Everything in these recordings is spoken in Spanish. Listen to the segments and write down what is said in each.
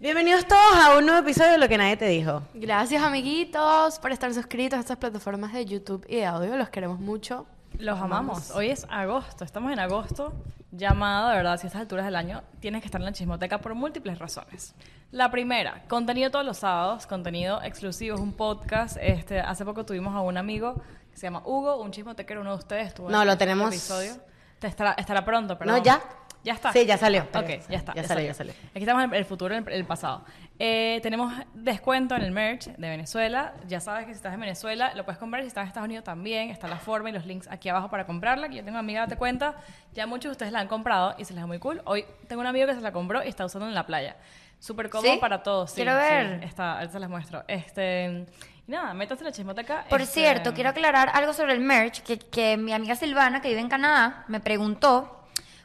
Bienvenidos todos a un nuevo episodio de Lo que nadie te dijo. Gracias, amiguitos, por estar suscritos a estas plataformas de YouTube y de audio. Los queremos mucho. Los amamos. Hoy es agosto, estamos en agosto. Llamada, de verdad, si a estas alturas del año tienes que estar en la chismoteca por múltiples razones. La primera, contenido todos los sábados, contenido exclusivo, es un podcast. Este, hace poco tuvimos a un amigo que se llama Hugo, un chismotequero, uno de ustedes. estuvo en No, lo este tenemos. Episodio. Te estará, estará pronto, pero No, ya. Ya está. Sí, ya salió. Ok, ya está. Ya salió, ya salió. Aquí estamos en el futuro, en el pasado. Eh, tenemos descuento en el merch de Venezuela. Ya sabes que si estás en Venezuela, lo puedes comprar. Si estás en Estados Unidos también, está la forma y los links aquí abajo para comprarla. Que yo tengo una amiga, date cuenta. Ya muchos de ustedes la han comprado y se les da muy cool. Hoy tengo un amigo que se la compró y está usando en la playa. Súper cómodo ¿Sí? para todos. sí, Quiero sí, ver. está, ahorita se las muestro. Este, y nada, métanse en la chismoteca. Por Este, cierto, quiero aclarar algo sobre el merch que, que mi amiga Silvana, que vive en Canadá, me preguntó,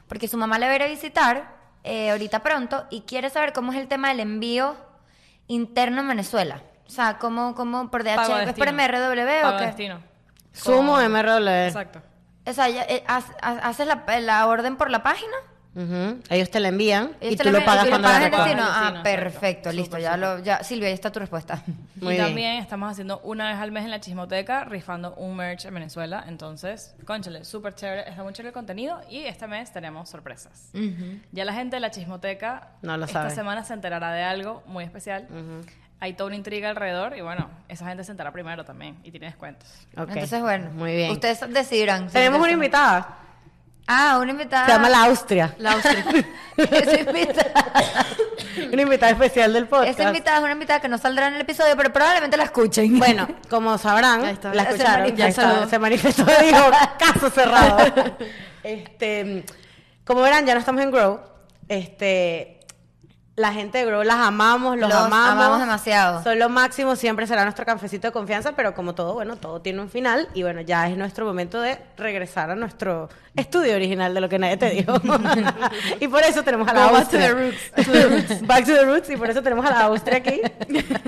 porque su mamá la va a ir a visitar eh, ahorita pronto y quiere saber cómo es el tema del envío interno en Venezuela. O sea, cómo, cómo por Pago DHL, destino. es por MRW Pago o qué. destino. Sumo MRL. Exacto. O sea, ya, eh, haz- haz- haces la, la orden por la página. Ujú. Ellos te la envían ellos y te tú la lo pagas envían y tú cuando la lo pagas en recoges. recojas. destino. Pagas en Ah, destino, exacto. perfecto, listo, Súper, ya súper. lo, ya, Silvia, ahí está tu respuesta. Muy y bien. también estamos haciendo una vez al mes en la chismoteca, rifando un merch en Venezuela. Entonces, conchale, súper chévere, está muy chévere el contenido y este mes tenemos sorpresas. Ya la gente de la chismoteca Mm. No lo esta sabe. semana se enterará de algo muy especial. Hay toda una intriga alrededor y bueno, esa gente se entera primero también y tiene descuentos. Ok. Entonces, bueno, Muy bien. ustedes decidirán. Tenemos una Ustedes- invitada. Ah, una invitada. Se llama La Austria. La Austria. Esa invitada, Una invitada especial del podcast. esa invitada es una invitada que no saldrá en el episodio, pero probablemente la escuchen. Bueno, como sabrán, Ahí está. la Se escucharon. manifestó. Ahí está, Se manifestó y dijo, caso cerrado. Este, como verán, ya no estamos en Grow. Este, la gente de Grow las amamos, los, Los amamos. amamos demasiado. Son lo máximo, siempre será nuestro cafecito de confianza, pero como todo, bueno, todo tiene un final. Y bueno, ya es nuestro momento de regresar a nuestro estudio original de lo que nadie te dijo. y por eso tenemos a la Go back Austria. to the roots, to the Back to the roots, y por eso tenemos a la Austria aquí,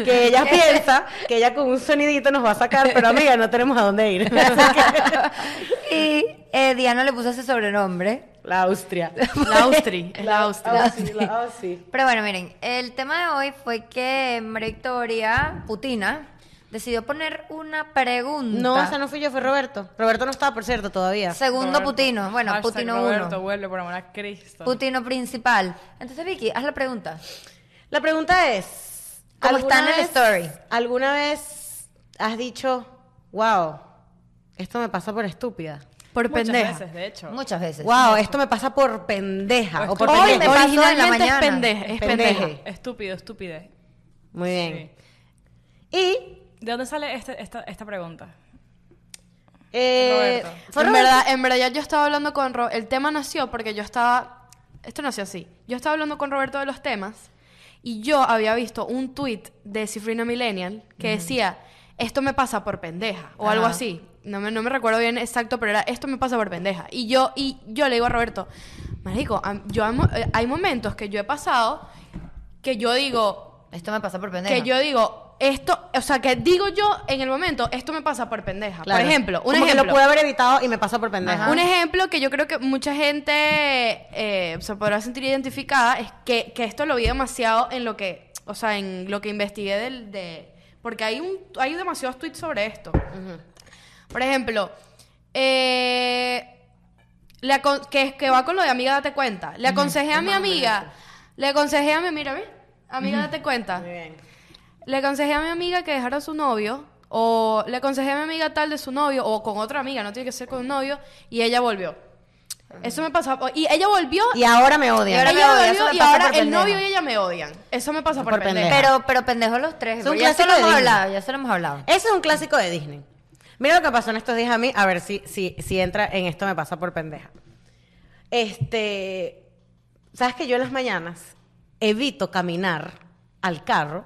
que ella piensa que ella con un sonidito nos va a sacar, pero amiga, no tenemos a dónde ir. Así que- Y eh, Diana le puso ese sobrenombre. la Austria. La Austria, es la Austria. Austria, la Austria. Pero bueno, miren, el tema de hoy fue que María Victoria Putina decidió poner una pregunta. No, esa no fui yo, fue Roberto. Roberto no estaba, por cierto, todavía. Segundo Roberto. Putino. Bueno, Hashtag Putino Roberto, 1. vuelve por amor a Cristo. Putino principal. Entonces, Vicky, haz la pregunta. La pregunta es... ¿Cómo ¿alguna está en el vez- story? ¿Alguna vez has dicho, wow, esto me pasa por estúpida? Por Muchas pendeja. veces, de hecho. Muchas veces. Wow, esto me pasa por pendeja. O Pues por Hoy pendejo. me pasó en la Originalmente es mañana. pendeja, es pendeja. Pendeje. Estúpido, estúpide. Muy bien. Sí. Y ¿De dónde sale este- esta, esta pregunta? Eh, Roberto. fue En Roberto. verdad, en verdad ya yo estaba hablando con Roberto. El tema nació porque yo estaba. Esto nació así. Yo estaba hablando con Roberto de los temas y yo había visto un tweet de Cifrina Millennial que decía: Esto me pasa por pendeja o algo Ajá. así. No me, no me recuerdo bien exacto, pero era esto me pasa por pendeja. Y yo, y yo le digo a Roberto, Marico, am- yo amo- eh, hay momentos que yo he pasado que yo digo, Esto me pasa por pendeja. que yo digo, esto, o sea, que digo yo en el momento, esto me pasa por pendeja. Claro. Por ejemplo, un Como que ejemplo. lo pude haber evitado y me pasa por pendeja. Ajá. Un ejemplo que yo creo que mucha gente eh, se podrá sentir identificada es que, que esto lo vi demasiado en lo que, o sea, en lo que investigué del, de... Porque hay, un, hay demasiados tweets sobre esto. Por ejemplo, eh, le acon- que, que va con lo de amiga date cuenta. Le aconsejé a mi amiga, le aconsejé a mi, mira, ve, amiga date cuenta. Muy bien. Le aconsejé a mi amiga que dejara a su novio, o le aconsejé a mi amiga tal de su novio, o con otra amiga, no tiene que ser con un novio, y ella volvió. Eso me pasó. Y ella volvió, Y ahora me odian. ahora me ella odia, volvió, eso me y pasa ahora por el pendeja. novio y ella me odian. Eso me pasa por, Por pendeja. pendeja. Pero, pero pendejos los tres. Es un porque ya se clásico lo de hemos Disney. Eh, hablado, ya se lo hemos hablado. Ese es un clásico de Disney. Mira lo que pasó en estos días a mí, a ver si, si, si entra en esto me pasa por pendeja. Este, sabes que yo en las mañanas evito caminar al carro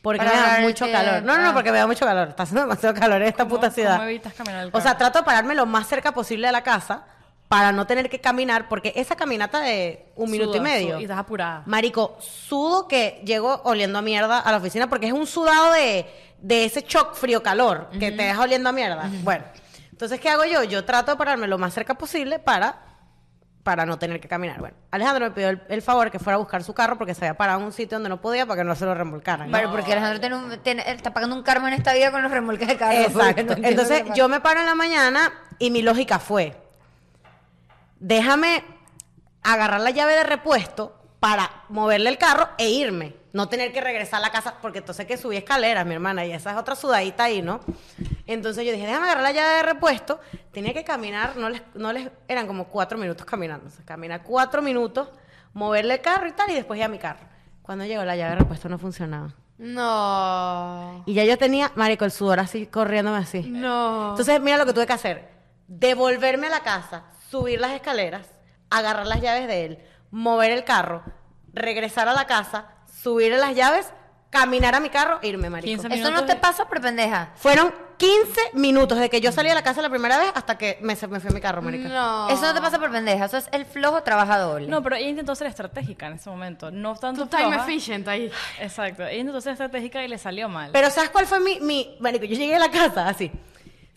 porque Para me da ahorrar el mucho tiempo. calor. No, no, no, Ah. porque me da mucho calor. Está haciendo demasiado calor en esta ¿Cómo- puta ciudad. cómo evitas caminar al O sea, carro? trato de pararme lo más cerca posible de la casa para no tener que caminar porque esa caminata de un minuto y Sudas, medio. sudas, Y estás apurada. Marico, sudo que llego oliendo a mierda a la oficina porque es un sudado de, de ese shock frío-calor que te deja oliendo a mierda. Bueno, entonces, ¿qué hago yo? Yo trato de pararme lo más cerca posible para para no tener que caminar. Bueno, Alejandro me pidió el, el favor que fuera a buscar su carro porque se había parado en un sitio donde no podía para que no se lo remolcaran. Pero porque Alejandro tiene un- tiene- está pagando un karma en esta vida con los remolques de carro. porque no Exacto. entiendo Entonces qué pasa. yo me paro en la mañana y mi lógica fue, déjame agarrar la llave de repuesto para moverle el carro e irme, no tener que regresar a la casa, porque entonces que subí escaleras, mi hermana, y esa es otra sudadita ahí, ¿no? Entonces yo dije, déjame agarrar la llave de repuesto, tenía que caminar, no les, no les, eran como cuatro minutos caminando, o sea, camina cuatro minutos, moverle el carro y tal, y después ya a mi carro. Cuando llegó la llave de repuesto no funcionaba. No. Y ya yo tenía, marico, el sudor así, corriéndome así. No. Entonces, mira lo que tuve que hacer. Devolverme a la casa, subir las escaleras, agarrar las llaves de él, mover el carro, regresar a la casa, subir las llaves, caminar a mi carro e irme, marico. 15 Eso no minutos te de- pasa por pendeja. Fueron 15 minutos de que yo salí de la casa la primera vez hasta que me, se- me fui a mi carro, marico. no. Eso no te pasa por pendeja. Eso es el flojo trabajador. No, pero ella intentó ser estratégica en ese momento. No tanto Tu time floja. efficient ahí. Exacto. Ella intentó ser estratégica y le salió mal. Pero ¿sabes cuál fue mi, mi... Marico, yo llegué a la casa así.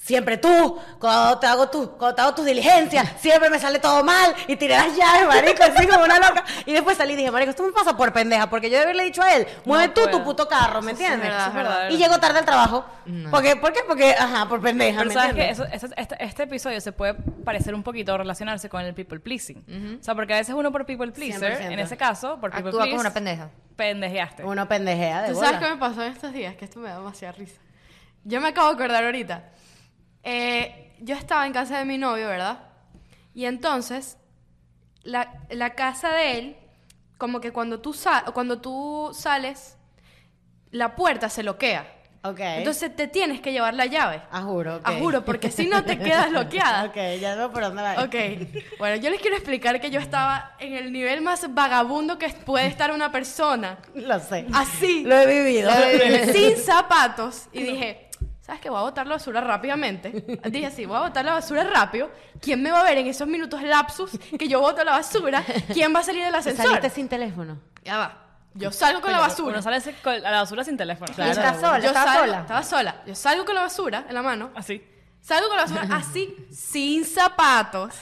Siempre tú, cuando te hago tú, cuando te hago tus diligencias, siempre me sale todo mal y tiré las llaves, marico, así como una loca. Y después salí y dije, marico, esto me pasa por pendeja, porque yo debí haberle dicho a él, mueve tú puedo. tu puto carro, ¿me Eso sí es entiendes? verdad, es verdad. Y llego tarde al trabajo. ¿Por qué? ¿Por qué? Porque, ajá, por pendeja, Pero ¿me sabes que entiendes? eso- eso- este, este episodio se puede parecer un poquito relacionarse con el people pleasing. O sea, porque a veces uno por people pleaser, 100%. en ese caso, por people Actúa como please, una pendeja. pendejeaste. Uno pendejea de ¿Tú sabes bola. qué me pasó en estos días? Que esto me da demasiada risa. Yo me acabo de acordar ahorita. Eh, yo estaba en casa de mi novio, ¿verdad? Y entonces, la, la casa de él, como que cuando tú, sa- cuando tú sales, la puerta se loquea. Ok. Entonces te tienes que llevar la llave. ah, juro, ok. A juro, porque si no te quedas bloqueada. ok, ya veo por dónde va. Ok, bueno, yo les quiero explicar que yo estaba en el nivel más vagabundo que puede estar una persona. Lo sé. Así. Lo he vivido. sin zapatos. Y dije, ¿sabes qué? Voy a botar la basura rápidamente. Dije así, voy a botar la basura rápido. ¿Quién me va a ver en esos minutos lapsus que yo boto la basura? ¿Quién va a salir del ascensor? Saliste sin teléfono. Ya va. Yo salgo con la Uno- basura. Uno sale con- a la basura sin teléfono. Claro. y está sola, yo está salgo- sola. Estaba sola. Yo salgo con la basura en la mano. Así. Salgo con la basura así, sin zapatos.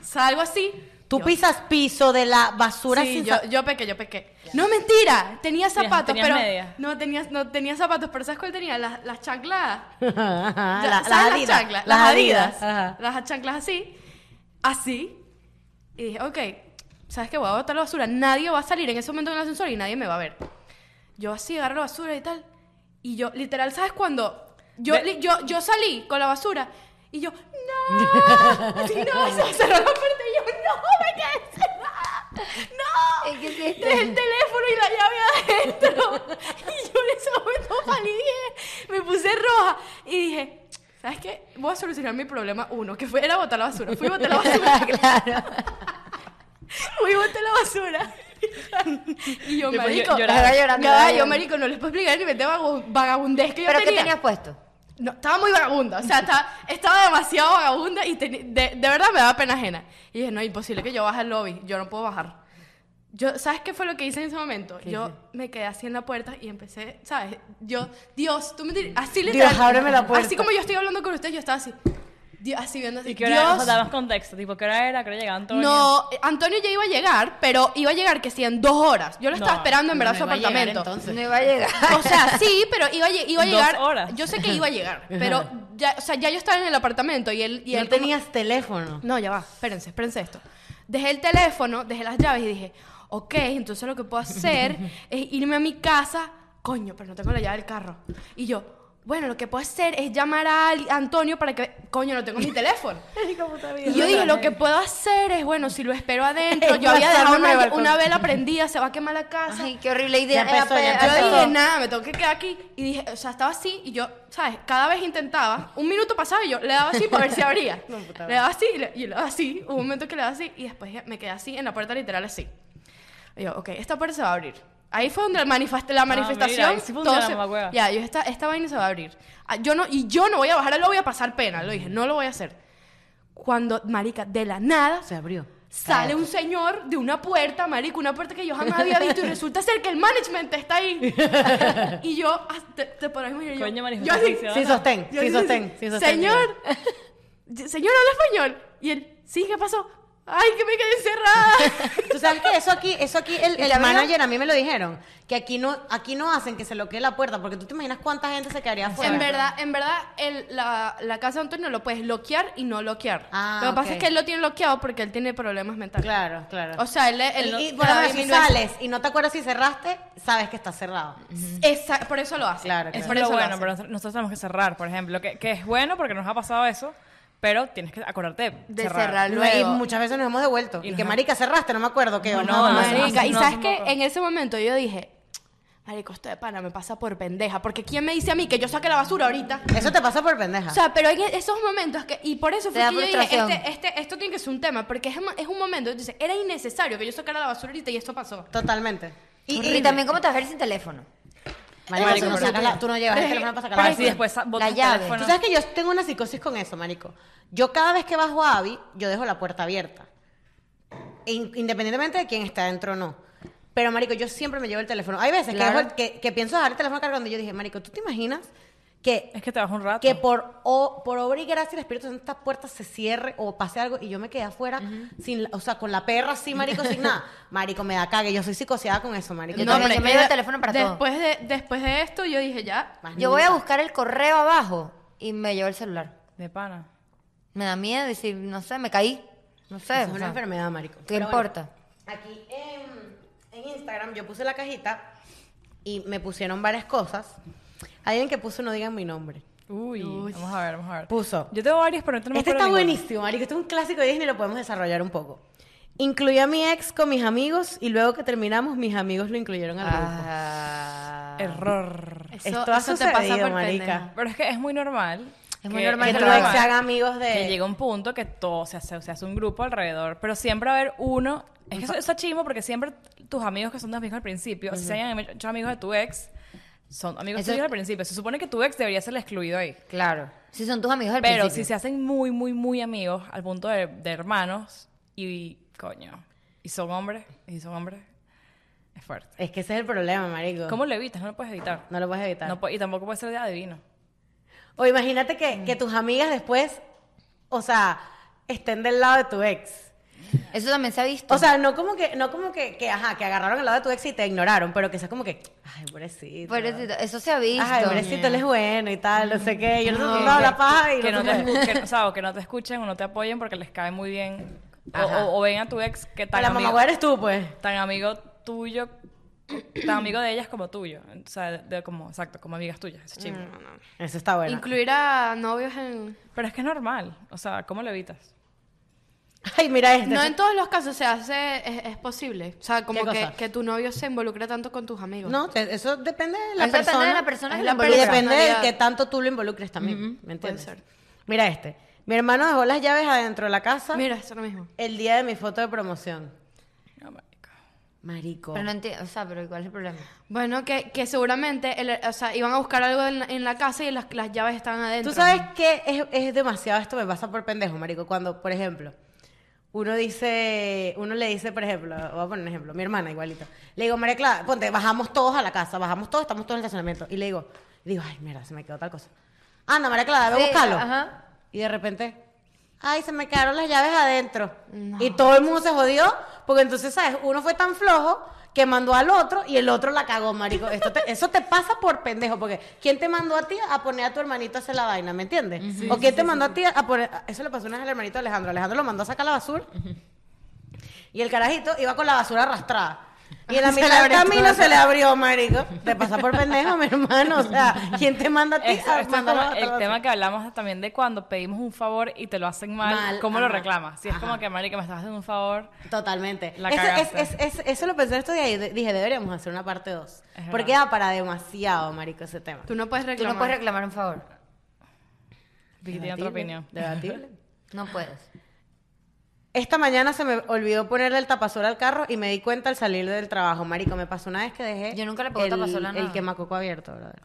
Salgo así. Tú Yo- pisas piso de la basura Sí, sin yo, sa- yo pequé, yo pequé. No, mentira. Tenía zapatos, tenías pero. media. No, tenía, no tenía zapatos, pero ¿sabes cuál tenía? Las, las chancladas. Ajá, Ya, Ah, la- ¿sabes las las Adidas, chanclas? las Las Adidas. adidas. Ajá. Las chanclas así. Así. Y dije, ok, ¿sabes qué? Voy a botar la basura. Nadie va a salir en ese momento en el ascensor y nadie me va a ver. Yo así agarro la basura y tal. Y yo, literal, ¿sabes cuando? Yo, Ve- li- yo, yo salí con la basura y yo, ¡No! Así, no, se cerró la puerta y yo, ¡No! ¡Me quedé encerrada! ¡No! ¿Y qué hiciste? Dejé el teléfono y la llave adentro. Y yo en ese momento salí y dije, me puse roja y dije, ¿sabes qué? Voy a solucionar mi problema uno, que fue, era botar la basura. Fui a botar la basura. claro. Fui y boté la basura. y yo, Y pues, marico, llor- ya llorar. Estaba llorando. va, estaba yo, llorando. marico, no les puedo explicar el nivel de vagu- vagabundez que yo ¿Pero qué tenía. tenías puesto? No, estaba muy vagabunda, o sea, estaba, estaba demasiado vagabunda y teni- de, de verdad me daba pena ajena. Y dije, no, imposible que yo baje al lobby, yo no puedo bajar. Yo, ¿Sabes qué fue lo que hice en ese momento? Yo me quedé así en la puerta y empecé, ¿sabes? Yo, Dios, tú me dir- así Dios, literal. ábreme la puerta. Así como yo estoy hablando con usted, yo estaba así, Di- así viendo así. ¿Y qué hora? O sea, Dios, danos contexto. Tipo, ¿qué hora era? ¿Qué hora llegaba Antonio? no, eh, Antonio ya iba a llegar, pero iba a llegar que sí en dos horas. Yo lo No, estaba esperando en verdad no su iba a llegar, apartamento. entonces. No iba a llegar. O sea, sí, pero iba a, lle- iba a Dos llegar. horas. Yo sé que iba a llegar, pero ya, o sea, ya yo estaba en el apartamento y él. Y no él como- tenías teléfono. No, ya va, espérense, espérense esto. Dejé el teléfono, dejé las llaves y dije, ok, entonces lo que puedo hacer es irme a mi casa. Coño, pero no tengo la llave del carro. Y yo, bueno, lo que puedo hacer es llamar a Ali- a Antonio para que. Coño, no tengo mi teléfono. Y yo dije, lo que puedo hacer es, bueno, si lo espero adentro, yo había dejado Pasarme por el una, balcón. una vela prendida, se va a quemar la casa. Ay, qué horrible idea. Ya empezó, ya pe- empezó. Yo Exacto. dije, nada, me tengo que quedar aquí. Y dije, o sea, estaba así y yo, ¿sabes? Cada vez intentaba. Un minuto pasaba y yo le daba así para ver si abría. le daba así y le, y le daba así. Hubo un momento que le daba así y después ya me quedé así en la puerta literal así. Y yo, ok, esta puerta se va a abrir. Ahí fue donde la, manifest- la manifestación. mira, ahí sí funciona, todo se- mamahueva. Ya, yo, esta, esta vaina se va a abrir. Ah, yo no, y yo no voy a bajar, lo voy a pasar pena. Lo dije, no lo voy a hacer. Cuando, marica, de la nada Se abrió. Sale un señor de una puerta, marico, una puerta que yo jamás había visto y resulta ser que el management está ahí. Y yo, ah, te, te podrás imaginar. yo- Coño, yo así, manifestación. Sin sostén, yo sin así, sostén, sin sostén. Señor, señor habla español. Y él, sí, ¿qué pasó? ¡Ay, que me quedé encerrada! Tú sabes que eso aquí, eso aquí, el, el te abrieron? manager a mí me lo dijeron, que aquí no, aquí no hacen que se bloquee la puerta, porque tú te imaginas cuánta gente se quedaría afuera. En verdad, en verdad, el- la, la casa de Antonio lo puedes bloquear y no bloquear. Ah, lo que pasa ok. es que él lo tiene bloqueado porque él tiene problemas mentales. Claro, claro. O sea, él, él- y por para ejemplo, si disminuir- sales y no te acuerdas si cerraste, sabes que está cerrado. Esa- por eso lo hace. Claro, Es claro. por es eso lo lo bueno, hace. pero nosotros- nosotros tenemos que cerrar, por ejemplo, que, que es bueno porque nos ha pasado eso, pero tienes que acordarte De cerrar. No, Luego. Y muchas veces nos hemos devuelto. Y Y, nos que hemos- marica cerraste, no me acuerdo que No, no, no, no, marica. Marica, y no, sabes que tampoco. en ese momento yo dije, marico, esto de pana me pasa por pendeja, porque ¿quién me dice a mí que yo saque la basura ahorita? Eso te pasa por pendeja. O sea, pero en e-, esos momentos que, y por eso Te fue da que yo dije, frustración. este, este- esto tiene que ser un tema, porque es, es un momento, entonces, era innecesario que yo sacara la basura ahorita y esto pasó. Totalmente. Y, y también cómo te vas a ver sin teléfono. Marico, Marico, tú, no pero- sacas la- tú no llevas el Pero- teléfono para sacar Para la así basura. después ah, sa- botas La el llave. teléfono. Bueno. Tú sabes que yo tengo una psicosis con eso, marico. Yo cada vez que bajo a Abby, yo dejo la puerta abierta. E In- independientemente de quién está adentro o no. Pero, marico, yo siempre me llevo el teléfono. Hay veces que Claro. dejo el- que, que pienso dejar el teléfono cargando y yo dije, marico, ¿tú te imaginas que, Es que te vas un rato. que por, o- por obra y gracia el Espíritu Santo esta puerta se cierre o pase algo y yo me quedé afuera, sin, la- o sea, con la perra así, marico, sin nada? Marico, me da cague. Yo soy psicoseada con eso, marico. Yo No, también, pero yo es me que llevo el de- teléfono para todo. después De, después de esto yo dije, ya, más Yo voy a nunca. buscar el correo abajo y me llevo el celular. De pana. Me da miedo decir, no sé, me caí. No sé. Es o una sea, enfermedad, marico. ¿Qué Pero importa? bueno, aquí en, en Instagram yo puse la cajita y me pusieron varias cosas. Alguien que puso no digan mi nombre. Uy, vamos a ver, vamos a ver. Puso. Yo tengo varios, pero no me este acuerdo está ninguno. buenísimo, marico. Este es un clásico de Disney, lo podemos desarrollar un poco. Incluí a mi ex con mis amigos y luego que terminamos, mis amigos lo incluyeron al grupo. Ah, Error. eso, Esto ha eso sucedido, marica. pendeja. Pero es que es muy normal. Es muy que- normal Que que tu lo todo ex haga. se haga amigos que de... llega un punto que todo se hace, se hace un grupo alrededor, pero siempre va a haber uno. Es que eso está chismo porque siempre tus amigos que son tus amigos al principio, si se hayan hecho amigos de tu ex, son amigos Eso- tuyos al principio. Se supone que tu ex debería ser el excluido ahí. Claro. Si son tus amigos al Pero si principio. se hacen muy, muy, muy amigos al punto de, de hermanos y, coño, y son hombres, y son hombres, es fuerte. Es que ese es el problema, marico. ¿Cómo lo evitas? No lo puedes evitar. No lo puedes evitar. No pu- y tampoco puede ser de adivino. O imagínate que, Mm. que tus amigas después, o sea, estén del lado de tu ex. Eso también se ha visto. O sea, no como que, no como que, que, ajá, que agarraron al lado de tu ex y te ignoraron, pero que seas como que, ay, pobrecito. Pobrecito, eso se ha visto. Ay, pobrecito, él es bueno y tal, no sé qué. Yo no, No, no, no, la paja y que, no no sé te, qué. escu- que- o sea, o que no te escuchen o no te apoyen porque les cae muy bien. O, Ajá. o- o ven a tu ex que tan La amigo, mamá eres tú, pues. tan amigo tuyo, tan amigo de ellas como tuyo. O sea, de, de como, exacto, como amigas tuyas. Eso es chingo. Mm. Eso está bueno. Incluir a novios en... Pero es que es normal. O sea, ¿cómo lo evitas? Ay, mira este. No en todos los casos se hace, es, es posible. O sea, como ¿Qué que, cosa? que tu novio se involucre tanto con tus amigos. No, te- eso depende de la Eso depende persona. de la persona que Es lo persona. involucra. Depende de Personalidad. que tanto tú lo involucres también. ¿Me entiendes? ser. Mira este. Mi hermano dejó las llaves adentro de la casa Mira, eso es lo mismo. el día de mi foto de promoción. No, marica. Marico. Pero no entiendo, o sea, pero igual es el problema. Bueno, que, que seguramente el- o sea, iban a buscar algo en, la- en la casa y las, las llaves estaban adentro. Tú sabes que es, es demasiado esto me pasa por pendejo, marico. Cuando, por ejemplo, uno dice, uno le dice, por ejemplo, voy a poner un ejemplo, mi hermana igualito. Le digo, María Clara, ponte, bajamos todos a la casa, bajamos todos, estamos todos en el estacionamiento. Y le digo, y digo, ay, mira, se me quedó tal cosa. "Ah, Anda, María Clara, ve a Sí, buscarlo. ajá. Y de repente, ay, se me quedaron las llaves adentro. Y todo el mundo se jodió, porque entonces, ¿sabes? Uno fue tan flojo que mandó al otro y el otro la cagó, marico. Esto te- eso te pasa por pendejo, porque ¿quién te mandó a ti a poner a tu hermanito a hacer la vaina? ¿Me entiendes? o ¿quién te mandó a ti a poner... Eso le pasó una vez al hermanito de Alejandro. Alejandro lo mandó a sacar la basura y el carajito iba con la basura arrastrada. Y en la Se mitad le del abrió camino todo. se le abrió, marico. Te pasa por pendejo, mi hermano. O sea, ¿quién te manda a ti? Eso- a este esto es mandar a como botar la el tema basura? que hablamos también de cuando pedimos un favor y te lo hacen mal, Mal, ¿cómo lo ajá, reclamas? Si es como ajá. que, marica, me estás haciendo un favor. Totalmente. La Eso, es- cagaste. es- es- eso lo pensé estos días y de- dije, deberíamos hacer una parte 2. Es Porque verdad. da para demasiado, marico, ese tema. Tú no puedes Tú reclamar. no puedes reclamar un favor. Vicky tiene otra opinión. Debatible. No puedes. Esta mañana se me olvidó ponerle el tapasuelo al carro y me di cuenta al salir del trabajo, marico. Me pasó una vez que dejé... Yo nunca le pongo el, tapazuelo a nada. El quemacoco abierto, brother.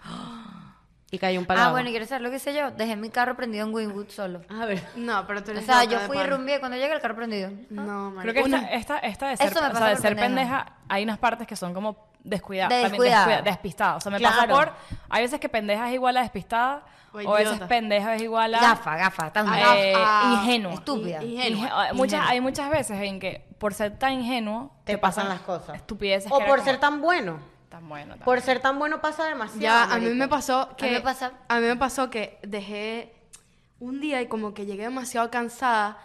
Y cayó un palo de Ah, agua. bueno, y quiero saber lo que hice yo. Dejé mi carro prendido en Winwood solo. A ver. No, pero tú O eres sea, loca yo de fui y pana. rumbié cuando llegué el carro prendido. No, Creo marico. que Una- esta, esta, esta de ser, Eso me o pasa sea, de por ser pendeja. pendeja, hay unas partes que son como descuidada, De también descuidada. descuida- despistada. O sea, me pasa Claro. por. Hay veces que pendeja es igual a despistada, O o a veces idiota. pendeja es igual a. Gafa, gafa, estás mal. gafa. eh, Ah, ingenua. Estúpida. Y- Ingenua, Inge- ah, muchas, hay muchas veces en que por ser tan ingenuo Te pasan las cosas. Estupideces. O por ser tan bueno. tan bueno. tan Por ser tan bueno pasa demasiado. Ya, a mí marico. me pasó que. mí me pasa- a mí me pasó que dejé un día y como que llegué demasiado cansada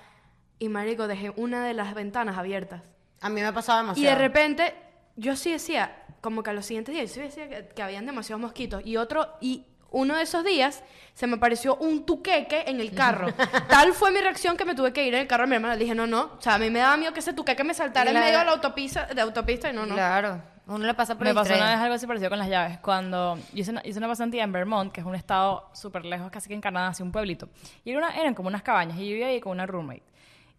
y marico, dejé una de las ventanas abiertas. A mí me pasaba demasiado. Y de repente, yo sí decía, como que a los siguientes días, yo sí decía que, que habían demasiados mosquitos. Y otro, y uno de esos días, se me apareció un tuqueque en el carro. Tal fue mi reacción que me tuve que ir en el carro a mi hermana. Le dije, no, no. O sea, a mí me daba miedo que ese tuqueque me saltara en Claro. medio de la autopista, de autopista y no, no. Claro, uno le pasa por Me el pasó tren. una vez algo así parecido con las llaves. Cuando yo hice una, hice una pasantía en Vermont, que es un estado súper lejos, casi que en Canadá, hacia un pueblito. Y era una- eran como unas cabañas. Y yo vivía ahí con una roommate.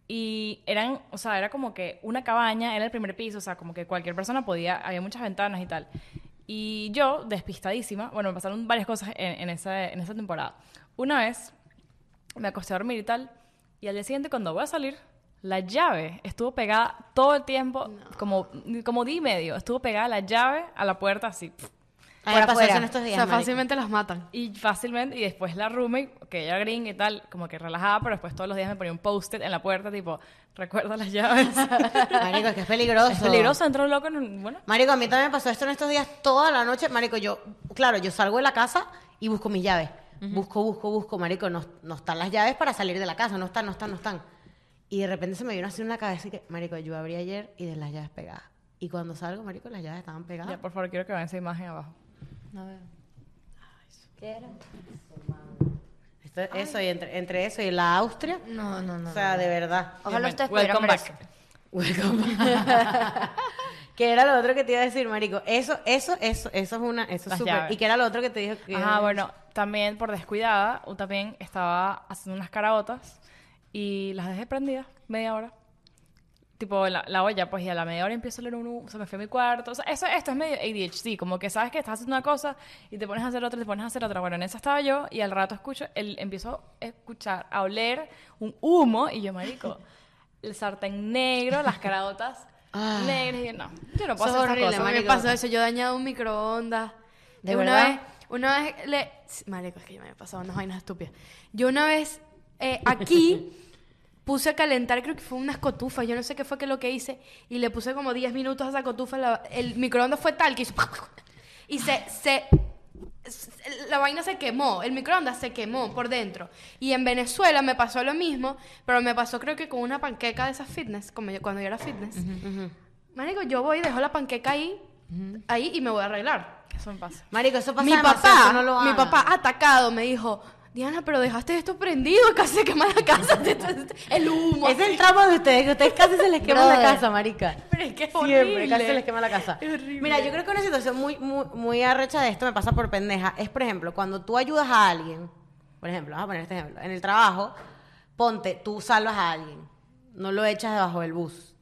Y eran, o sea, era como que una cabaña, era el primer piso, o sea, como que cualquier persona podía, había muchas ventanas y tal. Y yo, despistadísima, bueno, me pasaron varias cosas en, en esa, en esa temporada. Una vez, me acosté a dormir y tal. Y al día siguiente, cuando voy a salir, la llave estuvo pegada todo el tiempo, como, como di medio, estuvo pegada la llave a la puerta así. pf. A mí por me pasó afuera. eso en estos O días. sea, marico. fácilmente las matan. Y fácilmente, y después la roommate, que ella era gringa y tal, como que relajada, pero después todos los días me ponía un post-it en la puerta, tipo, recuerda las llaves. Marico, es que es peligroso. es peligroso, entra un loco en un- Bueno, Marico, a mí también me pasó esto en estos días toda la noche. Marico, yo, claro, yo salgo de la casa y busco mis llaves. Busco, busco, busco, marico. No, no están las llaves para salir de la casa. No están, no están, no están. Y de repente se me vino así en la cabeza y que, marico, yo abrí ayer y de las llaves pegadas. Y cuando salgo, marico, las llaves estaban Ah. pegadas. ya, por favor, quiero que vean esa imagen abajo. ¿Qué era? Esto- eso, y entre, entre eso y la Austria. No, no, no. o sea, de verdad. Ojalá Bien, ustedes pudieran welcome ver eso. back. que era lo otro que te iba a decir, marico. Eso, eso, eso, eso es una, eso es Las súper. llaves. Y que era lo otro que te dije. que- Ah, bueno, también por descuidada, o también estaba haciendo unas caraotas y las dejé prendidas media hora. Tipo, la, la olla, pues, y a la media hora empiezo a leer un... O sea, me fui a mi cuarto. O sea, eso, esto es medio ADHD. Como que sabes que estás haciendo una cosa y te pones a hacer otra, y te pones a hacer otra. Bueno, en esa estaba yo y al rato escucho... El, empiezo a escuchar, a oler un humo y yo, marico, el sartén negro, las caraotas Ah. negras. Y yo, no, yo no puedo Eso es hacer horrible, esas marico. cosas. marico. Me pasó eso, yo he dañado un microondas. ¿De Eh, una verdad? vez, una vez le... Marico, es que ya me había pasado unas vainas estúpidas. Yo una vez eh, aquí puse a calentar, creo que fue unas cotufas, yo no sé qué fue que lo que hice, y le puse como 10 minutos a esa cotufa, la- el microondas fue tal que hizo... Y se, se... s- La vaina se quemó, el microondas se quemó por dentro. Y en Venezuela me pasó lo mismo, pero me pasó creo que con una panqueca de esas fitness, como yo- cuando yo era fitness. Marico, yo voy, dejo la panqueca ahí, ahí y me voy a arreglar. Eso me pasa. Marico, eso pasa mi demasiado, papá, eso no lo mi hagan. papá atacado me dijo, Diana, pero dejaste esto prendido, casi se quema la casa, te- te- te- el humo. Es el trauma de ustedes, que ustedes casi se les quema la Brother. casa, marica. Pero es que es Siempre, horrible. casi se les quema la casa. Es horrible. Mira, yo creo que una situación muy, muy, muy arrecha de esto me pasa por pendeja. Es, por ejemplo, cuando tú ayudas a alguien, por ejemplo, vamos a poner este ejemplo, en el trabajo, ponte, tú salvas a alguien, no lo echas debajo del bus.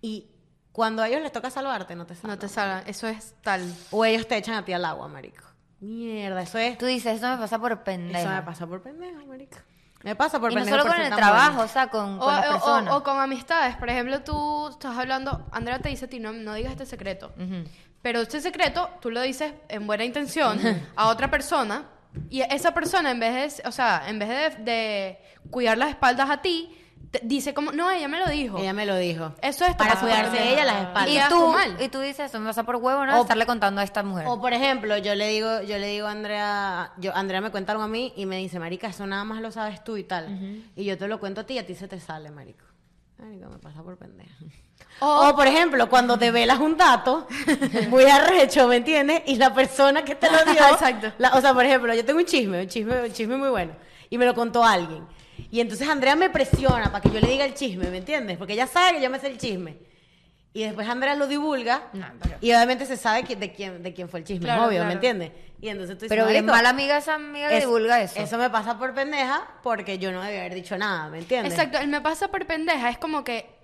Y cuando a ellos les toca salvarte, no te salvan. No te salgan, eso es tal. O ellos te echan a ti al agua, marico. Mierda, eso es. Tú dices, eso me pasa por pendejo. Eso me pasa por pendeja, marico. Me pasa por y no pendeja. solo por con ser el tan trabajo, buena. o sea, con, O, con las o- o- personas. o con amistades, por ejemplo, tú estás hablando, Andrea te dice a ti, no, no digas este secreto. Pero este secreto, tú lo dices en buena intención a otra persona y esa persona en vez de, o sea, en vez de, de cuidar las espaldas a ti, te- dice como, no, ella me lo dijo. Ella me lo dijo. Eso es Para tocar cuidarse supermercado. ella las espaldas. y, quedas tú tú, mal. y tú dices, eso me pasa por huevo, O- ¿no? Estarle contando a esta mujer. O por ejemplo, yo le digo, yo le digo a Andrea, yo, Andrea me cuenta algo a mí y me dice, Marica, eso nada más lo sabes tú y tal. Y yo te lo cuento a ti y a ti se te sale, Marico. Marico, me pasa por pendeja. O, O- por ejemplo, cuando te velas un dato, muy arrecho, ¿me entiendes? Y la persona que te lo dio. Exacto. la- o sea, por ejemplo, yo tengo un chisme, un chisme, un chisme muy bueno. Y me lo contó alguien. Y entonces Andrea me presiona para que yo le diga el chisme, ¿me entiendes? Porque ella sabe que yo me sé el chisme. Y después Andrea lo divulga. No, pero- Y obviamente se sabe que- de, quién, de quién fue el chisme, Claro, es obvio, claro. ¿me entiendes? Y entonces pues, tú dices, pero bien "Marico, mala amiga esa amiga que es- divulga eso. Eso me pasa por pendeja porque yo no debía haber dicho nada, ¿me entiendes? Exacto, el me pasa por pendeja, es como que...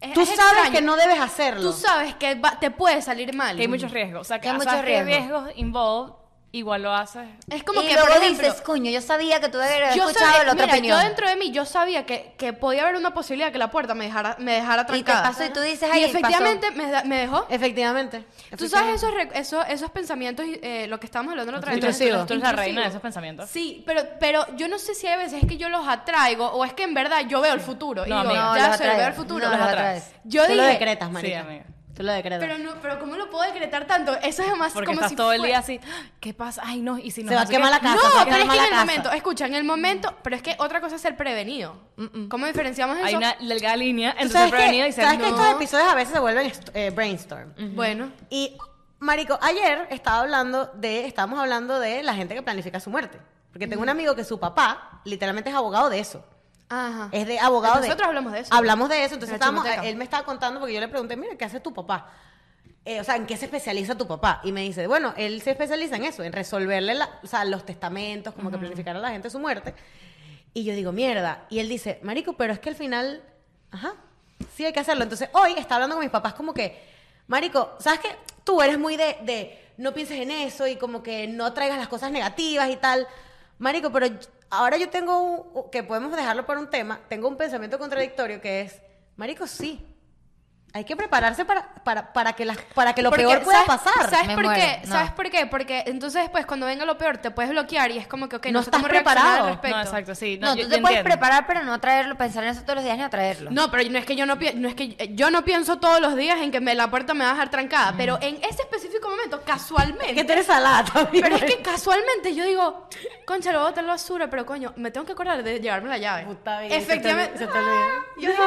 es- Tú es sabes extraño. que no debes hacerlo. Tú sabes que va- te puede salir mal. Que hay muchos riesgos. O sea, que Que hay o sea, muchos que hay riesgos. riesgos involved igual lo haces. Es como y que, luego por ejemplo, dices, coño, yo sabía que tú habías yo escuchado sabía- la otra mira, opinión. yo dentro de mí, yo sabía que, que podía haber una posibilidad que la puerta me dejara, me dejara te trancada. pasó y tú dices, Y "Ay, efectivamente me, da- me dejó. Efectivamente. Tú sabes esos, re- esos, esos pensamientos, eh, lo que estábamos hablando la otra vez. Tú eres- tú Intrusivos. eres la reina de Intrusivos. esos pensamientos. Sí, pero, pero yo no sé si hay veces que yo los atraigo o es que en verdad yo veo el futuro. y No, digo, amiga. "Ya No, los sé, veo el atraes, futuro. no, Los los atraes. atraes. Yo Tú lo dije, decretas, marica. amiga. Tú lo decretas. pero, no, pero ¿cómo lo puedo decretar tanto? Eso es demasiado Porque como estás si todo el fue- día así, "Ah, ¿qué pasa? Ay, no, y si no. Se va a quemar la casa. No, se va a pero quemar es que en la el casa. momento, escucha, en el momento, pero es que otra cosa es ser prevenido. Mm, ¿Cómo diferenciamos eso? Hay una delgada línea entre ¿Tú ser sabes prevenido que, y ser sabes que no. estos episodios a veces se vuelven est- eh, brainstorm. Bueno, Y, marico, ayer estaba hablando de, estábamos hablando de la gente que planifica su muerte. Porque tengo un amigo que su papá literalmente es abogado de eso. ajá. Es de abogado de... Nosotros hablamos de eso. Hablamos de eso. Entonces En la estábamos- chimoteca. él me estaba contando porque yo le pregunté, mira, ¿qué hace tu papá? Eh, o sea, ¿en qué se especializa tu papá? Y me dice, bueno, él se especializa en eso, en resolverle la- o sea, los testamentos, como que planificar a la gente su muerte. Y yo digo, mierda. Y él dice, marico, pero es que al final, ajá, sí hay que hacerlo. Entonces hoy está hablando con mis papás como que, marico, ¿sabes qué? Tú eres muy de, de no pienses en eso y como que no traigas las cosas negativas y tal. Marico, pero yo- ahora yo tengo, un- que podemos dejarlo por un tema, tengo un pensamiento contradictorio que es, marico, sí. Hay que prepararse para, para, para, que, las, para que lo Porque, peor pueda ¿sabes- pasar. ¿Sabes Me por muero, qué? no. ¿Sabes por qué? Porque entonces después cuando venga lo peor te puedes bloquear y es como que ok, no, No sé estás cómo reaccionar preparado. al respecto. No, exacto, sí. No, yo- yo tú te puedes entiendo. preparar, pero no traerlo, pensar en eso todos los días ni atraerlo. No, pero no es que yo no pienso, no es que eh, yo no pienso todos los días en que me, la puerta me va a dejar trancada, pero en ese específico momento casualmente Mm. Que tú eres salada también. Pero es que casualmente yo digo, concha, lo voy a botar en la basura, pero coño, me tengo que acordar de llevarme la llave. Puta vida, Efectivamente. se te olvidó, se te Yo dije,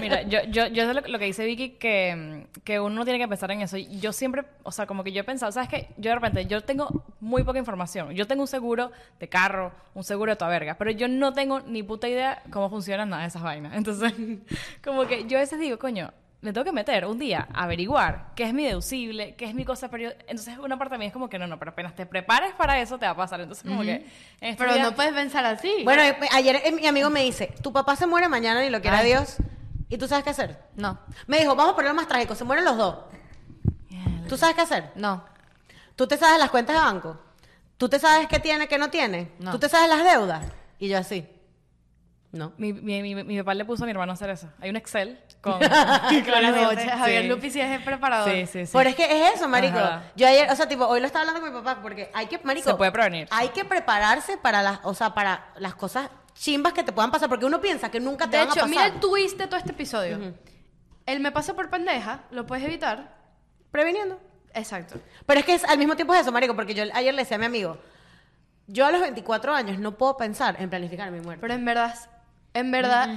Mira, yo, yo, yo sé lo, lo que dice Vicky, que, mm, que uno no tiene que pensar en eso. Y Yo siempre, o sea, como que yo he pensado, ¿sabes qué? Yo de repente, yo tengo muy poca información. Yo tengo un seguro de carro, un seguro de toda verga, pero yo no tengo ni puta idea cómo funcionan nada de esas vainas. Entonces, como que yo a veces digo, coño, me tengo que meter un día a averiguar qué es mi deducible, qué es mi cosa, pero yo- entonces una parte de mí es como que no, no, pero apenas te prepares para eso te va a pasar. Entonces, como que... en estos Pero días- no puedes pensar así. Bueno, eh, ayer eh, mi amigo me dice, tu papá se muere mañana y lo quiera Ay. Dios. ¿Y tú sabes qué hacer? No, Me dijo, vamos a ponerlo más trágico, se mueren los dos. ¿Tú sabes qué hacer? no. ¿Tú te sabes las cuentas de banco? ¿Tú te sabes qué tiene, qué no tiene? No. ¿Tú te sabes las deudas? Y yo así. No. Mi, mi, mi, mi papá le puso a mi hermano a hacer eso. Hay un Excel con... Claramente, Javier Sí. Lupi sí es preparador. Sí, sí, sí. Pero es que es eso, marico. Ajá. Yo ayer, o sea, tipo, hoy lo estaba hablando con mi papá porque hay que, marico, Se puede prevenir. Hay que prepararse para las, o sea, para las cosas chimbas que te puedan pasar porque uno piensa que nunca te De van a hecho, pasar. mira el twist de todo este episodio. Él me pasa por pendeja, lo puedes evitar. previniendo. Exacto. Pero es que es, al mismo tiempo es eso, marico, porque yo ayer le decía a mi amigo, yo a los 24 años no puedo pensar en planificar mi muerte. Pero en verdad, en verdad,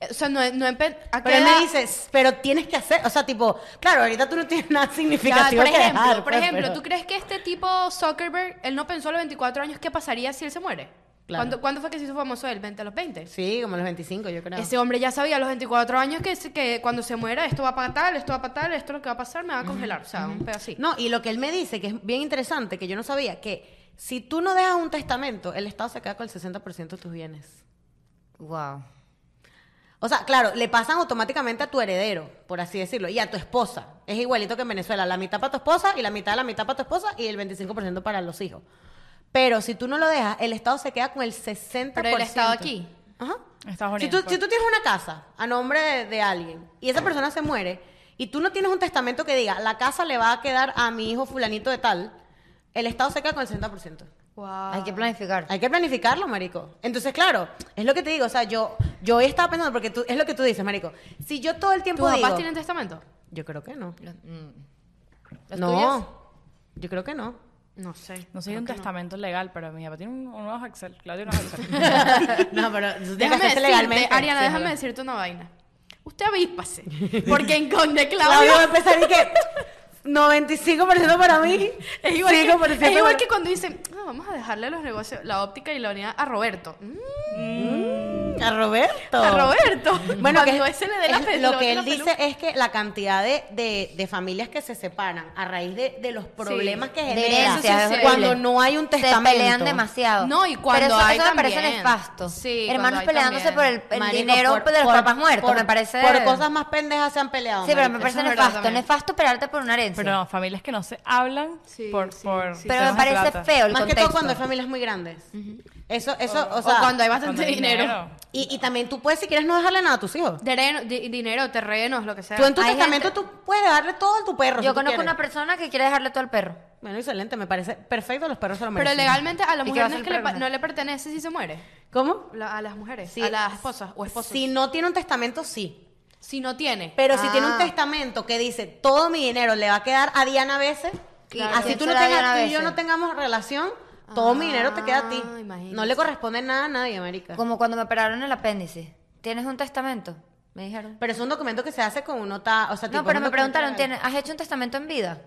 eh, o sea, no, no empe- ¿a qué Pero él edad? me dices, pero tienes que hacer, o sea, tipo, claro, ahorita tú no tienes nada Ya, significativo por que ejemplo, dejar, por pues, ejemplo, pero- ¿tú crees que este tipo Zuckerberg, él no pensó a los 24 años qué pasaría si él se muere? Claro. ¿Cuándo, cuándo fue que se hizo famoso él? ¿20 a los 20? Sí, como a los 25, yo creo. Ese hombre ya sabía a los 24 años que, se- que cuando se muera esto va a patar, esto va a patar, esto es lo que va a pasar, me va a congelar. O sea, un pedacito. No, y lo que él me dice, que es bien interesante, que yo no sabía, que si tú no dejas un testamento, el Estado se queda con el 60% de tus bienes. Wow. O sea, claro, le pasan automáticamente a tu heredero, por así decirlo, y a tu esposa. Es igualito que en Venezuela, la mitad para tu esposa y la mitad de la mitad para tu esposa y el 25% para los hijos. Pero si tú no lo dejas, el Estado se queda con el 60%. Pero el Estado aquí. Ajá. Estados Si Unidos. pues. tú, si tú tienes una casa a nombre de, de alguien y esa persona se muere y tú no tienes un testamento que diga la casa le va a quedar a mi hijo fulanito de tal, el Estado se queda con el 60%. Wow. Hay que planificar. Hay que planificarlo, marico. Entonces, claro, es lo que te digo. O sea, yo, yo hoy estaba pensando, porque tú, es lo que tú dices, marico. Si yo todo el ¿Tus tiempo papás digo... tienen testamento? Yo creo que no. Los- mm. ¿Los no. tuyos? Yo creo que no. No sé. No sé, hay Creo un que testamento legal, pero mi papá tiene un, unos Excel. Claudio unos Excel. no, pero tú tienes que Déjame hacerse decirte, legalmente. Ariana, Sí, es déjame verdad. decirte una vaina. Usted avíspase. Porque en Conde Claudio Claudio... va a empezar y que... 95% para mí, Es igual, que, 5% es igual para- que cuando dicen, "Ah, vamos a dejarle los negocios, la óptica y la unidad a Roberto. Mm, Mm, A Roberto. A Roberto. Bueno, que Cuando ese le dé la es- pel- le lo bote que la él dice peluca. es que la cantidad de, de- de familias que se separan a raíz de, de los problemas que De genera herencias, es horrible. cuando no hay un testamento. Se pelean demasiado. No, y cuando Pero eso, hay eso me parece también. nefasto. Sí, cuando Hermanos hay peleándose también. por el, el Marico, dinero por- de los por- papás muertos, por- me parece. Por cosas más pendejas se han peleado. Sí, pero me marico. parece Eso es verdad nefasto. también. Nefasto pelearte por una herencia. Pero no, familias que no se hablan Sí, por, sí, por sí. Pero temas de me parece plata. feo el Más que contexto. todo cuando hay familias muy grandes. Eso, eso, o, O, sea. cuando hay bastante cuando hay dinero. dinero. y, y también tú puedes, si quieres, no dejarle nada a tus hijos. Dereno- di- dinero, terrenos, lo que sea. Tú en tu hay testamento gente- tú puedes darle todo a tu perro. si Yo tú conozco quieres. una persona que quiere dejarle todo al perro. Bueno, excelente, me parece perfecto, los perros se lo Pero merecen. legalmente a la ¿Y mujer qué va no, a es hacer que el le, pa- perro? no le pertenece si se muere. ¿Cómo? La- a las mujeres, Sí. a las esposas o esposos. Si Si, no tiene un testamento, sí. no tiene. Pero si tiene un Ah. testamento que dice todo mi dinero le va a quedar a Diana veces Claro, así ¿quién tú, no será tengas, Diana tú y yo Bese? no tengamos relación, todo mi dinero te queda a ti. Ah, imagínate. No le corresponde nada a nadie, América. Como cuando me operaron el apéndice. ¿Tienes un testamento? Me dijeron. Pero es un documento que se hace con un nota, o sea, tipo, No, es pero un me documento preguntaron, legal. ¿tienes- ¿has hecho un testamento en vida?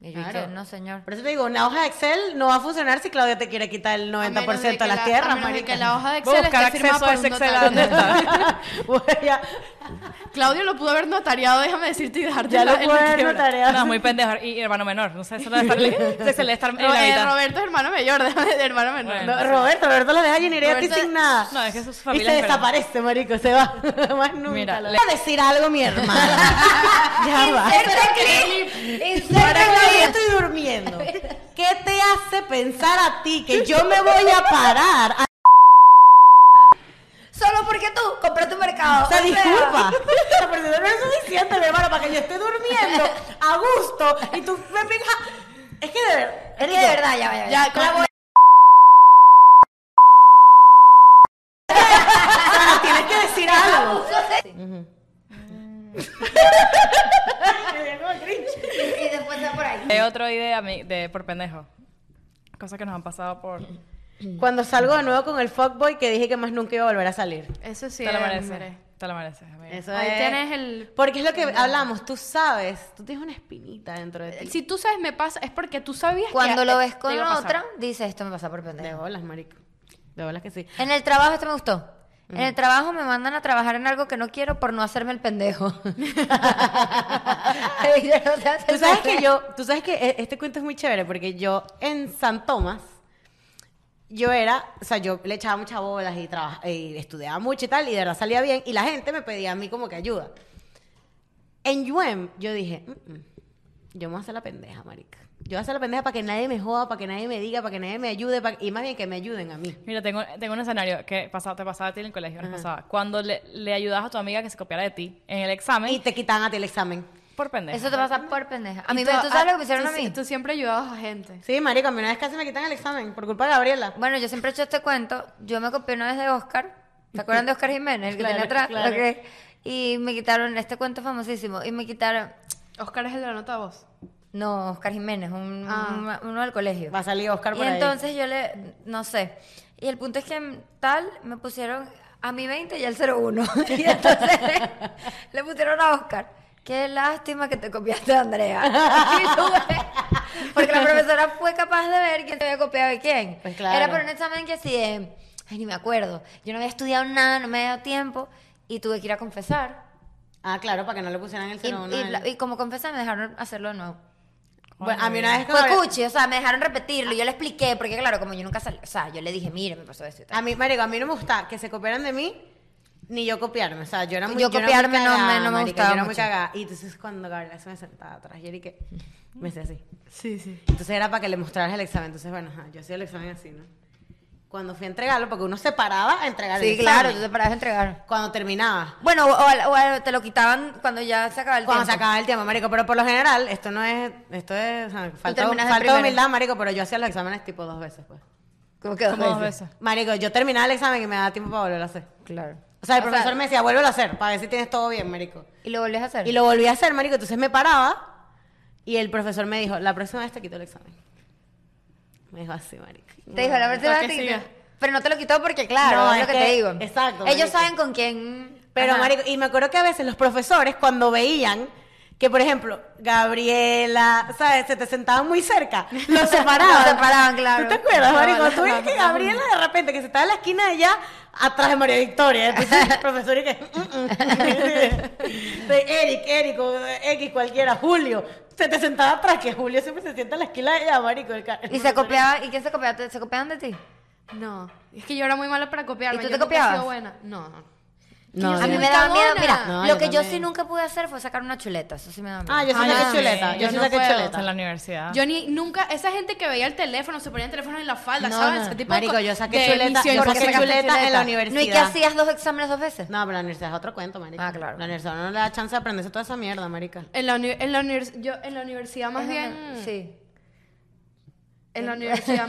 Y yo dije, Claro. no, señor. Por eso te digo, una hoja de Excel no va a funcionar si Claudia te quiere quitar el A 90% menos de, que las la- tierras, a menos de marica. que la hoja de Voy a Excel buscar esté firmada acceso a por un ese Excel. ¿a notario. ¿Dónde está? Bueno, ya, Claudio lo pudo haber notariado, déjame decirte y darte ya la- lo el puedes quiebra. notariar. No, es muy pendejo. Y hermano menor. No sé, eso debe estar, se le estar en la Robe- mitad. eh, Roberto es hermano mayor, déjame de hermano menor. Bueno. No, Roberto, Roberto la deja llenar a ti Roberto- sin nada. No, es que sus Y se familias. pero- desaparece, marico, se va. Más nunca. Mira, lo- le- Voy a decir algo, mi hermana. ya va. Ahora que yo estoy durmiendo. ¿Qué te hace pensar a ti que yo me voy a parar? Ah, a- Solo porque tú compras tu mercado. O sea, o sea. disculpa. La persona no es suficiente, mi hermano, para que yo esté durmiendo a gusto y tú me fijas. Es que de verdad. Es que de verdad, ya, ya, ya. Ya, claro. Tienes que decir algo. Mm. Y después está por ahí. Hay otra idea mi- de, por pendejo. Cosas que nos han pasado por... Cuando salgo de nuevo con el fuckboy que dije que más nunca iba a volver a salir. Eso sí, te lo era, mereces. hombre. Te lo mereces, amiga. Eso Ahí es. tienes el... Porque es lo que hablamos, tú sabes, tú tienes una espinita dentro de ti. Si tú sabes me pasa, es porque tú sabías que a- Cuando eh, lo te ves con iba a pasar. otra, dices, esto me pasa por De pendejo. bolas, marico. De bolas que sí. En el trabajo esto me gustó. En el trabajo me mandan a trabajar en algo que no quiero por no hacerme el pendejo. Y yo no sé hacer Tú sabes que pendejo. yo, tú sabes que eh, este cuento es muy chévere porque yo en San Tomás yo era, o sea, yo le echaba muchas bolas y, traba- y estudiaba mucho y tal, y de verdad salía bien, y la gente me pedía a mí como que ayuda. En UEM yo dije, "Mm, mm, yo me voy a hacer la pendeja, marica. Yo voy a hacer la pendeja para que nadie me joda, para que nadie me diga, para que nadie me ayude, para- y más bien que me ayuden a mí. Mira, tengo, tengo un escenario que pasa- te pasaba a ti en el colegio, nos pasaba. Cuando le, le ayudas a tu amiga que se copiara de ti en el examen, Y te quitan a ti el examen. por pendejo. Eso te pasa por pendeja. A mí, Y me, ¿tú sabes ah, lo que me hicieron tú a si- mí? Tú siempre ayudabas a gente. Sí, marico, a mí una vez casi me quitan el examen por culpa de Gabriela. Bueno, yo siempre he hecho este cuento. Yo me copié una vez de Oscar. ¿Se acuerdan de Oscar Jiménez? El que Claro, tenía atrás. claro. Lo que- y me quitaron, este cuento famosísimo, y me quitaron, Oscar es el de la nota voz. no, Oscar Jiménez, un- Ah. un- uno del colegio. Va a salir Oscar Y por ahí. entonces yo le, no sé. Y el punto es que en tal me pusieron a mi 20 y al 01. Y entonces le pusieron a Oscar. Qué lástima que te copiaste de Andrea. Y tú ves, Porque la profesora fue capaz de ver quién se había copiado de quién. Pues claro. Era por un examen que así de, ay, ni me acuerdo. Yo no había estudiado nada, no me había dado tiempo. Y tuve que ir a confesar. Ah, claro, para que no le pusieran el Y, 01. y a él. la- y como confesé, me dejaron hacerlo de nuevo. Bueno, a mí una vez que Fue Gabriela- cuchi, o sea, me dejaron repetirlo. Yo le expliqué, porque claro, como yo nunca salí, o sea, yo le dije, mire, me pasó esto y tal. A mí, marico, a mí no me gusta que se copiaran de mí ni yo copiarme. O sea, yo era muy Yo era copiarme muy no me- cagada, no me marica, gustaba Yo era muy mucho. cagada. Y entonces cuando Gabriela se me sentaba atrás, yo era y que me hacía así. Sí, sí. Entonces era para que le mostraras el examen. Entonces, bueno, ajá, yo hacía el examen así, ¿no? Cuando fui a entregarlo, porque uno se paraba a entregar el Sí, examen. claro, tú te parabas a entregar. Cuando terminaba. Bueno, o, o al- o al- te lo quitaban cuando ya se acababa el Cuando se tiempo. acababa el tiempo, marico. Pero por lo general, esto no es... Esto es... o sea, falta, terminas el falta de primero. humildad, marico, pero yo hacía los exámenes tipo dos veces, pues. Como que dos Como dos veces. veces. Marico, yo terminaba el examen y me daba tiempo para volverlo a hacer. Claro. O sea, el profesor me decía, vuélvelo a hacer, para ver si tienes todo bien, marico. ¿Y lo volvías a hacer? Y lo volví a hacer, marico. Entonces me paraba y el profesor me dijo, la próxima vez te quito el examen. Me dijo así, marico. Te dijo, la próxima Para vez que te quito. siga. Pero no te lo quitó porque, claro, No, es es lo que, que- te digo. exacto, Ellos marico. saben con quién... Pero, Ajá. marico, y me acuerdo que a veces los profesores, cuando veían Que, por ejemplo, Gabriela, ¿sabes? Se te sentaban muy cerca. Los separaban. Los separaban, claro. ¿Tú te acuerdas, No, marico? no, Tú ves no, que no. Gabriela de repente, que se estaba en la esquina de allá, atrás de María Victoria. Entonces, el profesor y que... mm, mm. De Eric, Eric, o X, cualquiera, Julio. Se te sentaba atrás, que Julio siempre se sienta en la esquina de ella, marico. el ca- el ¿Y se profesor. copiaba? ¿Y quién se copiaba? ¿Te- ¿Se copiaban de ti? No, es que yo era muy mala para copiar. ¿Y tú te copiabas? buena. No, no. No, a mí yo- me daba miedo. cagona. Mira, No, lo yo que yo también. sí nunca pude hacer fue sacar una chuleta. Eso sí me daba miedo. Ah, yo soy Ah, la no, que chuleta. sí, Yo yo soy no la que puedo, chuleta. en la universidad. Yo ni, nunca, esa gente que veía el teléfono, se ponía el teléfono en la falda, No, ¿sabes? no. Ese tipo de Marico, co- yo saqué de chuleta, misión yo porque saqué sacaste chuleta en la ¿No y universidad. que hacías dos exámenes dos veces? No, pero la universidad es otro cuento, marica. Ah, claro. La universidad no le da chance de aprenderse toda esa mierda, marica. En la, uni- en la univers- yo en la universidad más Es bien... una- Sí. En la universidad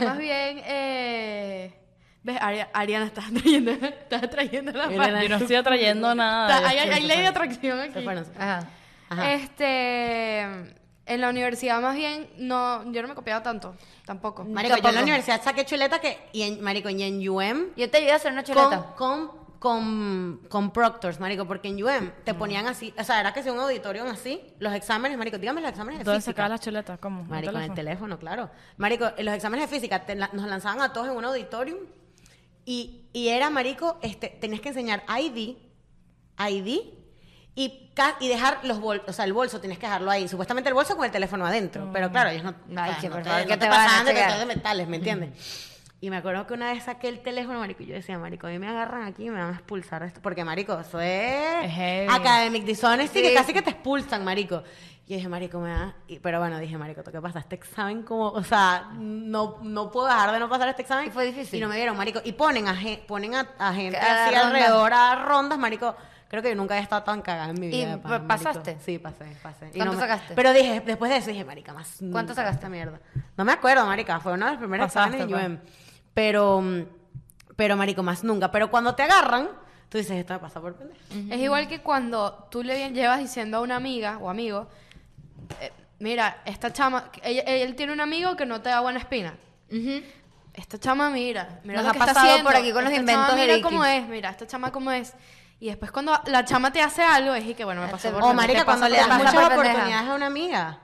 más bien... eh, ¿Ves? Ari- Ariana, estás trayendo, estás trayendo la Mira, falda. la- Yo no estoy atrayendo nada. Está- Hay, yo hay estoy- ley de atracción aquí. Se fueron. Ajá. Ajá. Este, en la universidad más bien, no, yo no me copiaba tanto, tampoco. Marico, yo en la Tampoco. universidad saqué chuleta que, y en, marico, y en UM, Yo te ayudé a hacer una con, chuleta. con, con, con proctors, marico, porque en UM te ponían así, o sea, era que si un auditorium así, los exámenes, marico, dígame los exámenes de ¿Dónde física. sacabas las chuletas? ¿Cómo? ¿Un Marico, en el teléfono? teléfono, claro. Marico, en los exámenes de física te la- nos lanzaban a todos en un auditorium y, y era, marico, este, tenías que enseñar ID, ID y, ca- y dejar los bolsos, o sea, el bolso tenías que dejarlo ahí. Supuestamente el bolso con el teléfono adentro, pero claro, ellos no, Ay, ah, che, no por te, favor, no que te te van a pasaban de llegar. detector de metales, ¿me entiendes? Y me acuerdo que una vez saqué el teléfono, marico, y yo decía, marico, a mí me agarran aquí y me van a expulsar de esto. Porque, marico, eso es, Es heavy. academic dishonesty, que Sí. casi que te expulsan, marico. Y dije, marico, me da... y- pero bueno, dije, marico, ¿tú qué pasa? Este examen como... O sea, no, no puedo dejar de no pasar este examen. Y fue difícil. Y no me dieron, marico. Y ponen a, gen- ponen a, a gente A así rondas. alrededor a rondas, marico. Creo que yo nunca había estado tan cagada en mi vida. ¿Y de pana, pa- marico. pasaste? Sí, pasé, pasé. Y ¿Cuánto me- sacaste? Pero dije, después de eso dije, marica, más ¿Cuánto nunca sacaste? esta Mm. mierda? No me acuerdo, marica. Fue uno de los primeros Pasaste, exámenes pues. en UM. Pero, mm, pero, marico, más nunca. Pero cuando te agarran, tú dices, esto me pasa por pendejo. Es igual que cuando tú le llevas diciendo a una amiga o amigo, eh, mira, esta chama, ella- él tiene un amigo que no te da buena espina. Esta chama mira, mira Nos lo ha que está pasado haciendo. por aquí con los Esta inventos chama de mira Vicky. cómo es, mira, esta chama cómo es. Y después cuando la chama te hace algo, es y que bueno, me pasó por Este- O pendeja. marica, te cuando pasa le por- das te pasa muchas por pendeja. oportunidades a una amiga.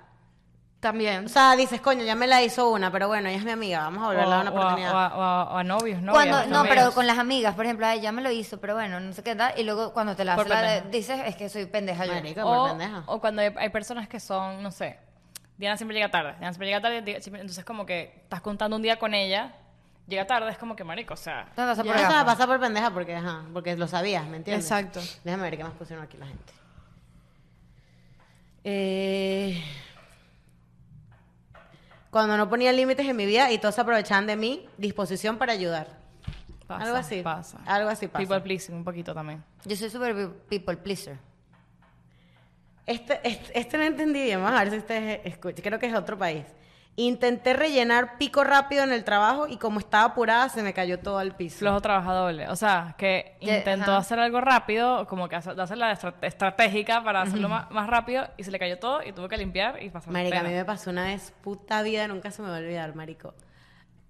También. O sea, dices, coño, ya me la hizo una, pero bueno, ella es mi amiga, vamos a O, volverle a dar una o a- oportunidad. o a- o a- o a novios, novias, Cuando, también. no, pero con las amigas, por ejemplo, ay, ya me lo hizo, pero bueno, no sé qué tal. Y luego cuando te la Por hace, la de- pendeja. dices, es que soy pendeja yo. Marica, por o, pendeja. o cuando hay, hay personas que son, no sé, Diana siempre llega tarde, Diana siempre llega tarde, di- siempre- entonces como que estás contando un día con ella, llega tarde, es como que marico, o sea, No me pasa Ya, por eso me gafa. pasa por pendeja porque, ajá, porque lo sabías, ¿me entiendes? Exacto. Déjame ver qué más pusieron aquí la gente. Eh, cuando no ponía límites en mi vida y todos se aprovechaban de mi disposición para ayudar. pasa, algo así. pasa. Algo así pasa. People pleasing un poquito también. Yo soy super pe- people pleaser. Este, este, este no entendí bien, vamos a ver si ustedes escuchan. Creo que es de otro país. Intenté rellenar pico rápido en el trabajo y como estaba apurada se me cayó todo al piso. Flojo trabaja doble, o sea, que Que- intentó ajá. hacer algo rápido, como que hace- de hacer la estra- estratégica para hacerlo ma- más, rápido y se le cayó todo y tuvo que limpiar y pasar Marica, a mí pena. me pasó una vez, puta vida, nunca se me va a olvidar, marico.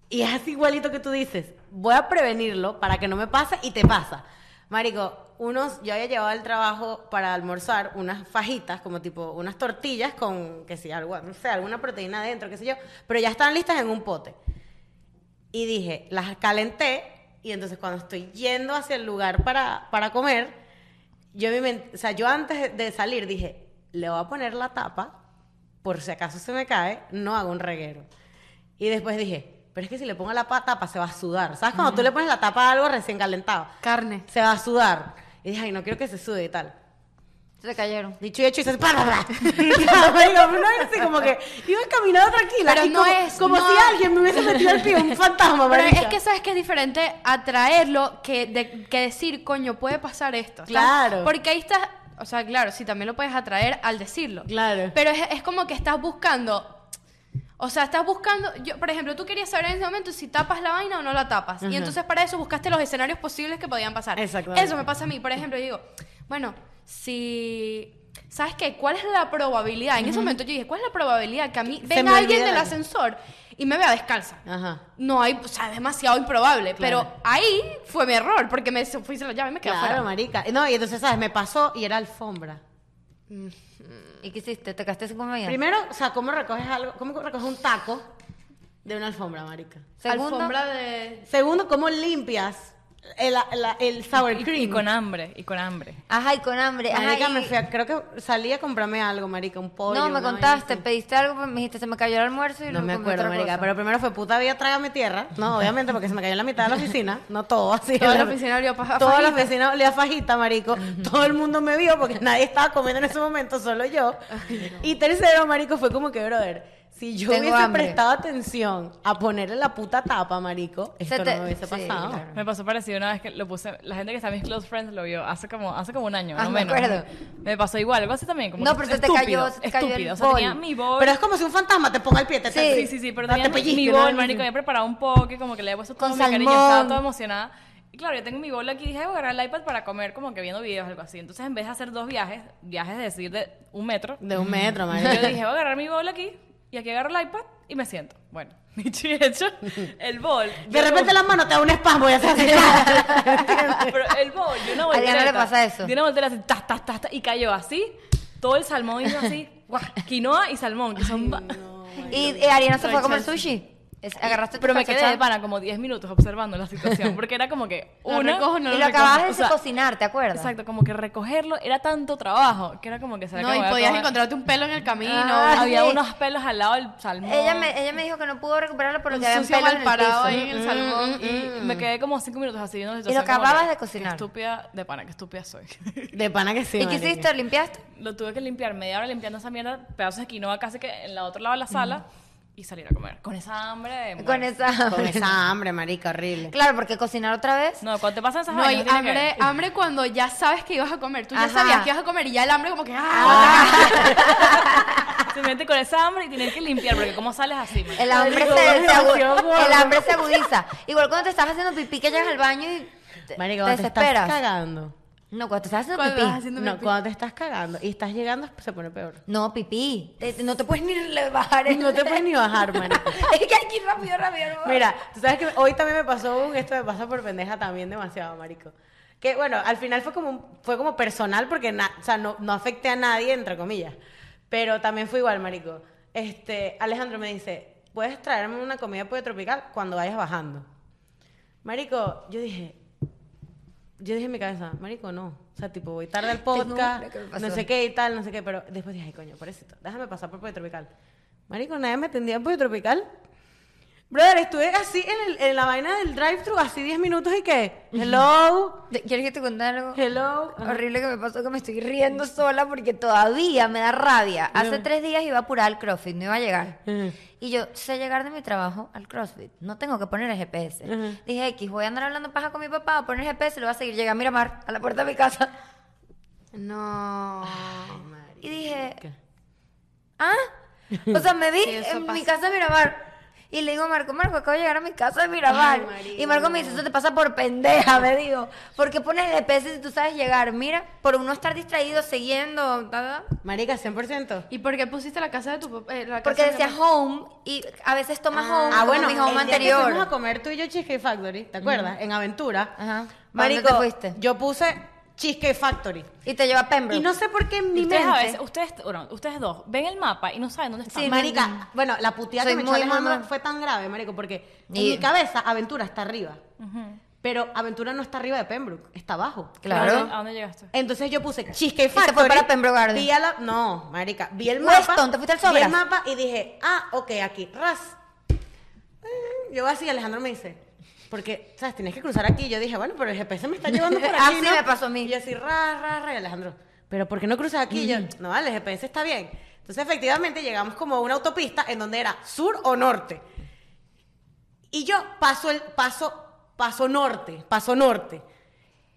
Y es así igualito que tú dices, voy a prevenirlo para que no me pase y te pasa. Marico, unos, yo había llevado al trabajo para almorzar unas fajitas, como tipo unas tortillas con, que sí, algo, no sé, alguna proteína adentro, qué sé yo, pero ya estaban listas en un pote. Y dije, las calenté y entonces cuando estoy yendo hacia el lugar para, para comer, yo, en mi mente- o sea, yo antes de salir dije, le voy a poner la tapa, por si acaso se me cae, no hago un reguero. Y después dije, pero es que si le pongo la pa- tapa se va a sudar. ¿Sabes? Cuando tú le pones la tapa a algo recién calentado, Carne. se va a sudar. Y dije, ay, no quiero que se sude y tal. Se cayeron. Dicho y hecho, y se... ¡Para, para! Marico, una vez así como que iba caminando tranquila. Pero y no como, es- Como no. si alguien me hubiese metido el pie, un fantasma, Pero marica. es que sabes que es diferente atraerlo que, de- que decir, coño, puede pasar esto. ¿sabes? Claro. Porque ahí estás, o sea, claro, sí, también lo puedes atraer al decirlo. Claro. Pero es, es como que estás buscando, o sea, estás buscando, yo, por ejemplo, tú querías saber en ese momento si tapas la vaina o no la tapas. Y entonces para eso buscaste los escenarios posibles que podían pasar. Exactamente. Eso me pasa a mí, por ejemplo, yo digo, bueno, si... ¿Sabes qué? ¿Cuál es la probabilidad? En ese momento yo dije, ¿cuál es la probabilidad que a mí Se me venga alguien olvida del algo. ascensor y me vea descalza? Ajá. No hay, o sea, es demasiado improbable. Claro. Pero ahí fue mi error, porque me se- fui y se lo llamé y me quedé Claro, afuera. marica. No, y entonces, ¿sabes? Me pasó y era alfombra. ¿Y qué hiciste? ¿Te casaste con comida? Primero, o sea, ¿cómo recoges algo? ¿Cómo recoges un taco de una alfombra, marica? Segundo, Alfombra de... Segundo, ¿cómo limpias el, la- el sour Y- cream? Y, con hambre, y con hambre. ajá, y con hambre. Ajá, Marica, y- me fui a- creo que salí a comprarme algo, marica, un pollo. no, me una vaina contaste, así. pediste algo, pero me dijiste, se me cayó el almuerzo y No luego me comí acuerdo, otra marica, cosa. pero primero fue puta vida, trágame tierra. No, obviamente, porque se me cayó en la mitad de la oficina. No todo, así. Toda la oficina olía pa- a Toda la fajita. oficina olía a fajita, marico. Todo el mundo me vio porque nadie estaba comiendo en ese momento, solo yo. Y tercero, marico, fue como que, brother, si yo Tengo hubiese hambre. prestado atención a ponerle la puta tapa, marico, esto Se te- no me hubiese sí, pasado. claro. Me pasó parecido una vez que lo puse, la gente que está en mis close friends lo vio hace como, hace como un año, Ah, no me menos. acuerdo. Me pasó igual, algo así también, como No, que pero se te estúpido, cayó- se te cayó el estúpido. O sea, tenía bol. mi bol. Pero es como si un fantasma te ponga el pie. Te Sí. Sí, sí, sí, pero No tenía te mi, pellizque, mi ¿no? bol, marico, había preparado un poke, como que le había puesto todo Con mi cariño, salmón. estaba toda emocionada. Y claro, yo tengo mi bol aquí, dije, voy a agarrar el iPad para comer, como que viendo videos, algo así. Entonces, en vez de hacer dos viajes, viajes de decir de un metro, De un metro, marico. yo dije, voy a agarrar mi bol aquí, y aquí agarro el iPad y me siento. Bueno, dicho y hecho, el bol. De yo- repente las manos te da un espasmo y haces así. Pero el bol, de una A Diana voltereta. le pasa eso. De una voltereta así, tas, tas, tas, tas, y cayó así, todo el salmón hizo así, guau, quinoa y salmón, que son... ba- Y, y Ariana se No fue a hay comer chance. sushi. Es- agarraste tu Pero me quedé salchicha de pana como 10 minutos observando la situación, porque era como que Lo una... recojo, no Y lo lo recojo. acabas de o sea, cocinar, ¿te acuerdas? Exacto, como que recogerlo era tanto trabajo, que era como que se No, y podías encontrarte un pelo en el camino. Ah, una- Había sí. unos pelos al lado del salmón. Ella me, ella me dijo que no pudo recuperarlo por lo un que había sucio pelo en mal el parado piso. ahí en el mm, salmón. Y me quedé como 5 minutos así viendo la lo situación. como acababas que, de cocinar. qué estúpida, de pana, que estúpida soy. De pana que sí, ¿Y qué marica. hiciste? ¿Limpiaste? lo tuve que limpiar media hora limpiando esa mierda, pedazos de quinoa casi que en la otra lado de la sala y salir a comer. Con esa hambre de Con muerte. esa... Con esa hambre, marica, horrible. Claro, porque cocinar otra vez... No, cuando te pasan esas No, vainas, y tienes que- hambre, hambre cuando ya sabes que ibas a comer. Tú ya Ajá. sabías que ibas a comer y ya el hambre como que... ¡ah! Te metes con esa hambre y tienes que limpiar, porque ¿cómo sales así? man? El hambre, Marico, se, guarda, se agu- Dios, guarda. el hambre se agudiza. Igual cuando te estás haciendo pipí que llegas al baño y te, Marica, cuando te te estás desesperas. cagando. no, cuando te estás haciendo Cuando pipí. estás haciendo No, pipí. cuando te estás cagando y estás llegando se pone peor. No, pipí. Te- no te puedes ni le- bajar. el- No te puedes ni bajar, marico. es que hay que ir rápido, rápido. ¿no? Mira, tú sabes que hoy también me pasó un, esto me pasa por pendeja también demasiado, marico. Que bueno, al final fue como, un- fue como personal porque na- o sea, no, no afecté a nadie, entre comillas. Pero también fue igual, marico. Este, Alejandro me dice, ¿puedes traerme una comida de pollo tropical cuando vayas bajando? Marico, yo dije, yo dije en mi cabeza, marico, no. O sea, tipo, voy tarde al podcast, lo que me pasó. no sé qué y tal, no sé qué. Pero después dije, ay, coño, pobrecito, déjame pasar por Pollo Tropical. Marico, nadie me atendía en Pollo Tropical. Brother, estuve así en, el- en la vaina del drive-thru, así 10 minutos y qué. Hello, Te- ¿Quieres que te cuente algo? hello. Horrible que me pasó que me estoy riendo sola porque todavía me da rabia. Hace tres días iba a apurar al CrossFit, no iba a llegar. Y yo sé llegar de mi trabajo al CrossFit. No tengo que poner el GPS. Dije, X, voy a andar hablando paja con mi papá, voy a poner el GPS, lo voy a seguir. Llegué a Miramar, a la puerta de mi casa. No. Y dije, ¿ah? O sea, me vi Sí, eso en mi pasa. casa de Miramar. Y le digo a Marco, Marco, acabo de llegar a mi casa de Miramar. y Marco me dice, eso te pasa por pendeja, me digo. Porque pones el GPS si tú sabes llegar. Mira, por uno estar distraído, siguiendo, ta, ta, Marica, 100%. ¿Y por qué pusiste la casa de tu papá? eh, la Porque casa de decía mamá? home y a veces tomas Ah, home como Ah, el día mi home que fuimos anterior. a comer tú y yo Cheesecake Factory, ¿te acuerdas? En Aventura. Ajá. ¿Para dónde Marico, te fuiste? yo puse Cheesecake Factory. Y te lleva a Pembroke. Y no sé por qué en mi Ustedes, a mente... veces, ustedes, bueno, ustedes dos ven el mapa y no saben dónde están. Sí, marica, no, no. bueno, la puteada Soy que me echó muy Alejandro mamá. fue tan grave, marico, porque en Y- mi cabeza Aventura está arriba. Pero Aventura no está arriba de Pembroke, está abajo. Claro. ¿A dónde, a dónde llegaste? Entonces yo puse Cheesecake se fue Factory. para Pembroke Garden. Vi a la- no, marica, vi el mapa. Weston, ¿te fuiste al Vi el Sobras? mapa y dije, ah, ok, aquí, ras. Mm, Yo así, Alejandro me dice, porque, ¿sabes? Tienes que cruzar aquí. Yo dije, bueno, pero el GPS me está llevando por aquí, Así ¿no? me pasó a mí. Y yo así, ras, ras, ras, y Alejandro, ¿pero por qué no cruzas aquí? Y yo, no, vale, el GPS está bien. Entonces, efectivamente, llegamos como a una autopista en donde era sur o norte. Y yo paso el paso, paso norte, paso norte.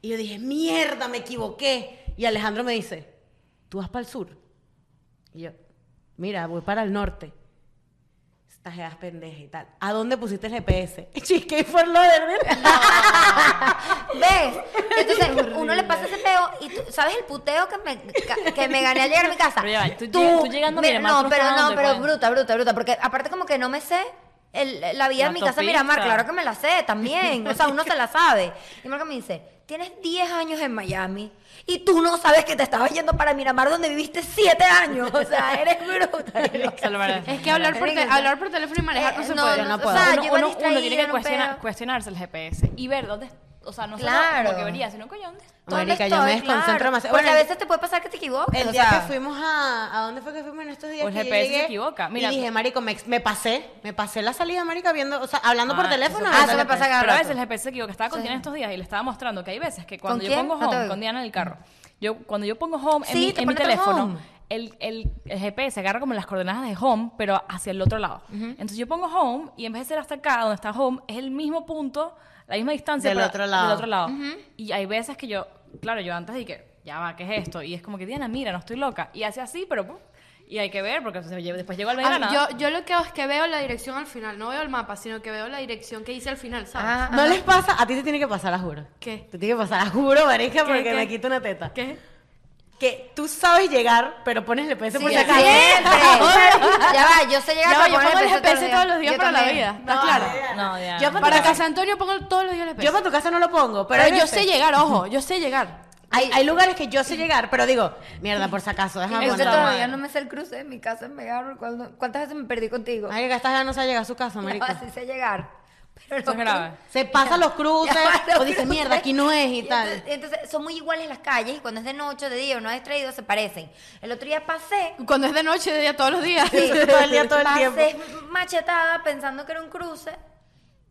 Y yo dije, mierda, me equivoqué. Y Alejandro me dice, tú vas para el sur. Y yo, mira, voy para el norte. Estas edades pendejas y tal. ¿A dónde pusiste el GPS? Cheesecake for Lauderdale. ¿Ves? Entonces uno le pasa ese peo y tú, ¿sabes el puteo que me, ca- que me gané al llegar a mi casa? Pero ya va, tú lleg- tú llegando a mira, Miramar No, cruzando, pero no, pero pues. bruta, bruta, bruta. Porque aparte como que no me sé el- la vida La de mi casa autopista. Miramar, claro que me la sé también. O sea, uno se la sabe. Y Marco me dice, tienes 10 años en Miami y tú no sabes que te estabas yendo para Miramar donde viviste 7 años. O sea, eres bruta. Se lo merece. Es que hablar por, te- Marico, hablar por teléfono y manejar no Eh, se no, puede. Yo no o puedo. sea, yo uno, iba uno- uno distraída, tiene que no cuestiona- pues, pedo. cuestionarse el GPS y ver dónde, o sea, no solo Claro. como que venía, sino coño, ¿dónde está? ¿Dónde Marica, yo me estoy? desconcentro Claro. demasiado. Porque Bueno, a el- veces te puede pasar que te equivoques. El Pues, o día sea. que fuimos a... ¿A dónde fue que fuimos en estos días? O el que yo GPS se llegué equivoca. Mira. y dije, marico, me, me pasé. Me pasé la salida, marica, viendo... O sea, hablando por Ah, teléfono. eso- ah, ¿verdad? eso me pasa cada Pero a rato. veces el GPS se equivoca. Estaba con Diana estos días y le estaba mostrando que hay veces que cuando ¿Con yo quién? pongo No te home, oigo. con Diana en el carro, yo, cuando yo pongo home en Sí, mi, te en mi pone otro teléfono, home. el, el- el GPS agarra como las coordenadas de home, pero hacia el otro lado. Entonces yo pongo home y en vez de ser hasta acá, donde está home, es el mismo punto, la misma distancia Del pero otro lado. del otro lado. Y hay veces que yo, claro, yo antes dije, ya va, ¿qué es esto? Y es como que Diana, mira, no estoy loca. Y hace así, pero... pum, Y hay que ver, porque se lle- después llegó al medio de A la mí- Ah, nada. yo, yo lo que hago es que veo la dirección al final, no veo el mapa, sino que veo la dirección que hice al final, ¿sabes? Ah, ¿No les pasa? A ti te tiene que pasar, a juro. ¿Qué? Te tiene que pasar, a juro, marica, ¿Qué, porque qué? me quito una teta. ¿Qué? Que tú sabes llegar, pero pones el PS por si Sí, acaso. siempre. ya va, yo sé llegar Ya a va, yo pongo el el GPS todos los días Yo para la también. vida. ¿Estás claro? No, Diana. Yo para, Para tu casa, Casa Antonio pongo todos los días el yo GPS. para tu casa no lo pongo, pero, pues. Pero hay yo veces- sé llegar, ojo, yo sé llegar. Hay, hay lugares que yo sé llegar, pero digo, mierda, por si acaso, déjame Yo Eso poner. está todavía mal. no me sé el cruce de mi casa en Megarro. ¿Cuántas veces me perdí contigo? Marica, esta ya no sabe llegar a su casa, marica. Así sé llegar. Pero Eso es no- grave. Se pasa los cruces, Ya va, o no, dices, no mierda, sé. aquí no es y tal. Entonces, entonces, son muy iguales las calles y cuando es de noche, de día, uno ha distraído, se parecen. El otro día pasé. Cuando es de noche, de día, todos los días. sí, Todo el día, todo el pasé tiempo. machetada pensando que era un cruce.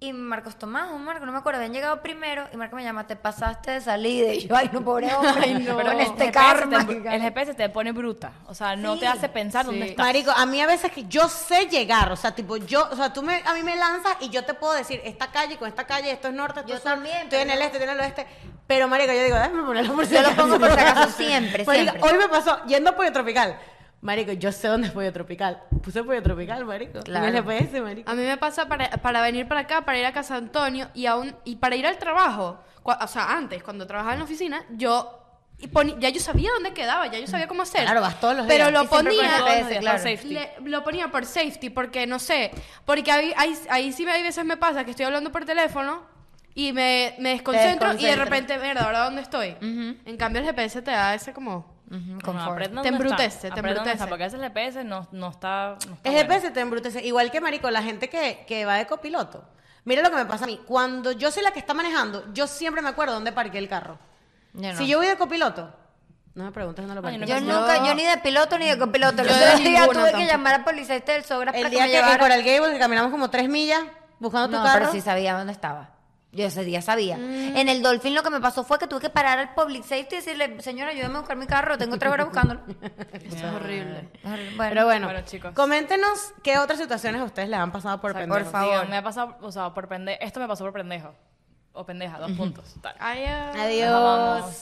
Y Marcos Tomás o Marco, no me acuerdo, habían llegado primero y Marco me llama, te pasaste de salida. Y yo, ay, no, pobre hombre, con este el carro. GPS te- el GPS te pone bruta. O sea, no te hace pensar dónde Sí. estás. Marico, a mí a veces que yo sé llegar, o sea, tipo yo, o sea, tú me, a mí me lanzas y yo te puedo decir esta calle con esta calle, esto es norte, esto Yo es sur, también, estoy en pero- el este, estoy en el oeste, pero marico, yo digo, déjame ponerlo por si Yo lo acaso". pongo por si acaso siempre, Marica, siempre. hoy me pasó yendo a Pollo Tropical. Marico, yo sé dónde es Pollo Tropical. Puse Pollo Tropical, marico. Claro. Ah, En el GPS, marico. A mí me pasa para, para venir para acá, para ir a Casa Antonio y aún y para ir al trabajo. cua- O sea, antes, cuando trabajaba en la oficina, yo y poni- ya yo sabía dónde quedaba, ya yo sabía cómo hacer. Claro, vas todos los Pero días. lo Y siempre ponía con el Todos los días, GPS, claro. por safety. le- lo ponía por safety, porque no sé, porque ahí, ahí, ahí sí me- hay veces me pasa que estoy hablando por teléfono y me, me desconcentro y de desconcentras. repente, mierda, ¿ahora dónde estoy? En cambio el GPS te da ese como... Ujú, No, confort. aprendan Te dónde embrutece, está. te Aprendan dónde está, embrutece. Porque a veces el GPS no, no está. No está El bueno. GPS te embrutece. Igual que, marico, la gente que, que va de copiloto. Mira lo que me pasa a mí. Cuando yo soy la que está manejando, yo siempre me acuerdo dónde parqué el carro. Yo no. Si yo voy de copiloto, no me preguntes dónde lo Ay, parqué. no Yo Yo- nunca, yo ni de piloto ni de copiloto. El Yo de otro día ninguno tuve que tampoco. llamar a policía este del Sogra para El que me día que en llevara. Coral Gables que caminamos como tres millas buscando tu No, carro. pero sí sabía dónde estaba. Yo ese día sabía. En el Dolphin lo que me pasó fue que tuve que parar al public safety y decirle, señora, ayúdame a buscar mi carro, tengo tres horas buscándolo. Eso es horrible. Pero bueno, Bueno, chicos. coméntenos qué otras situaciones a ustedes les han pasado por pendejos. por favor. Digan, me ha pasado, o sea, por pendejo. Esto me pasó por pendejo. O pendeja, dos puntos. Tal. Ay, ah. Adiós.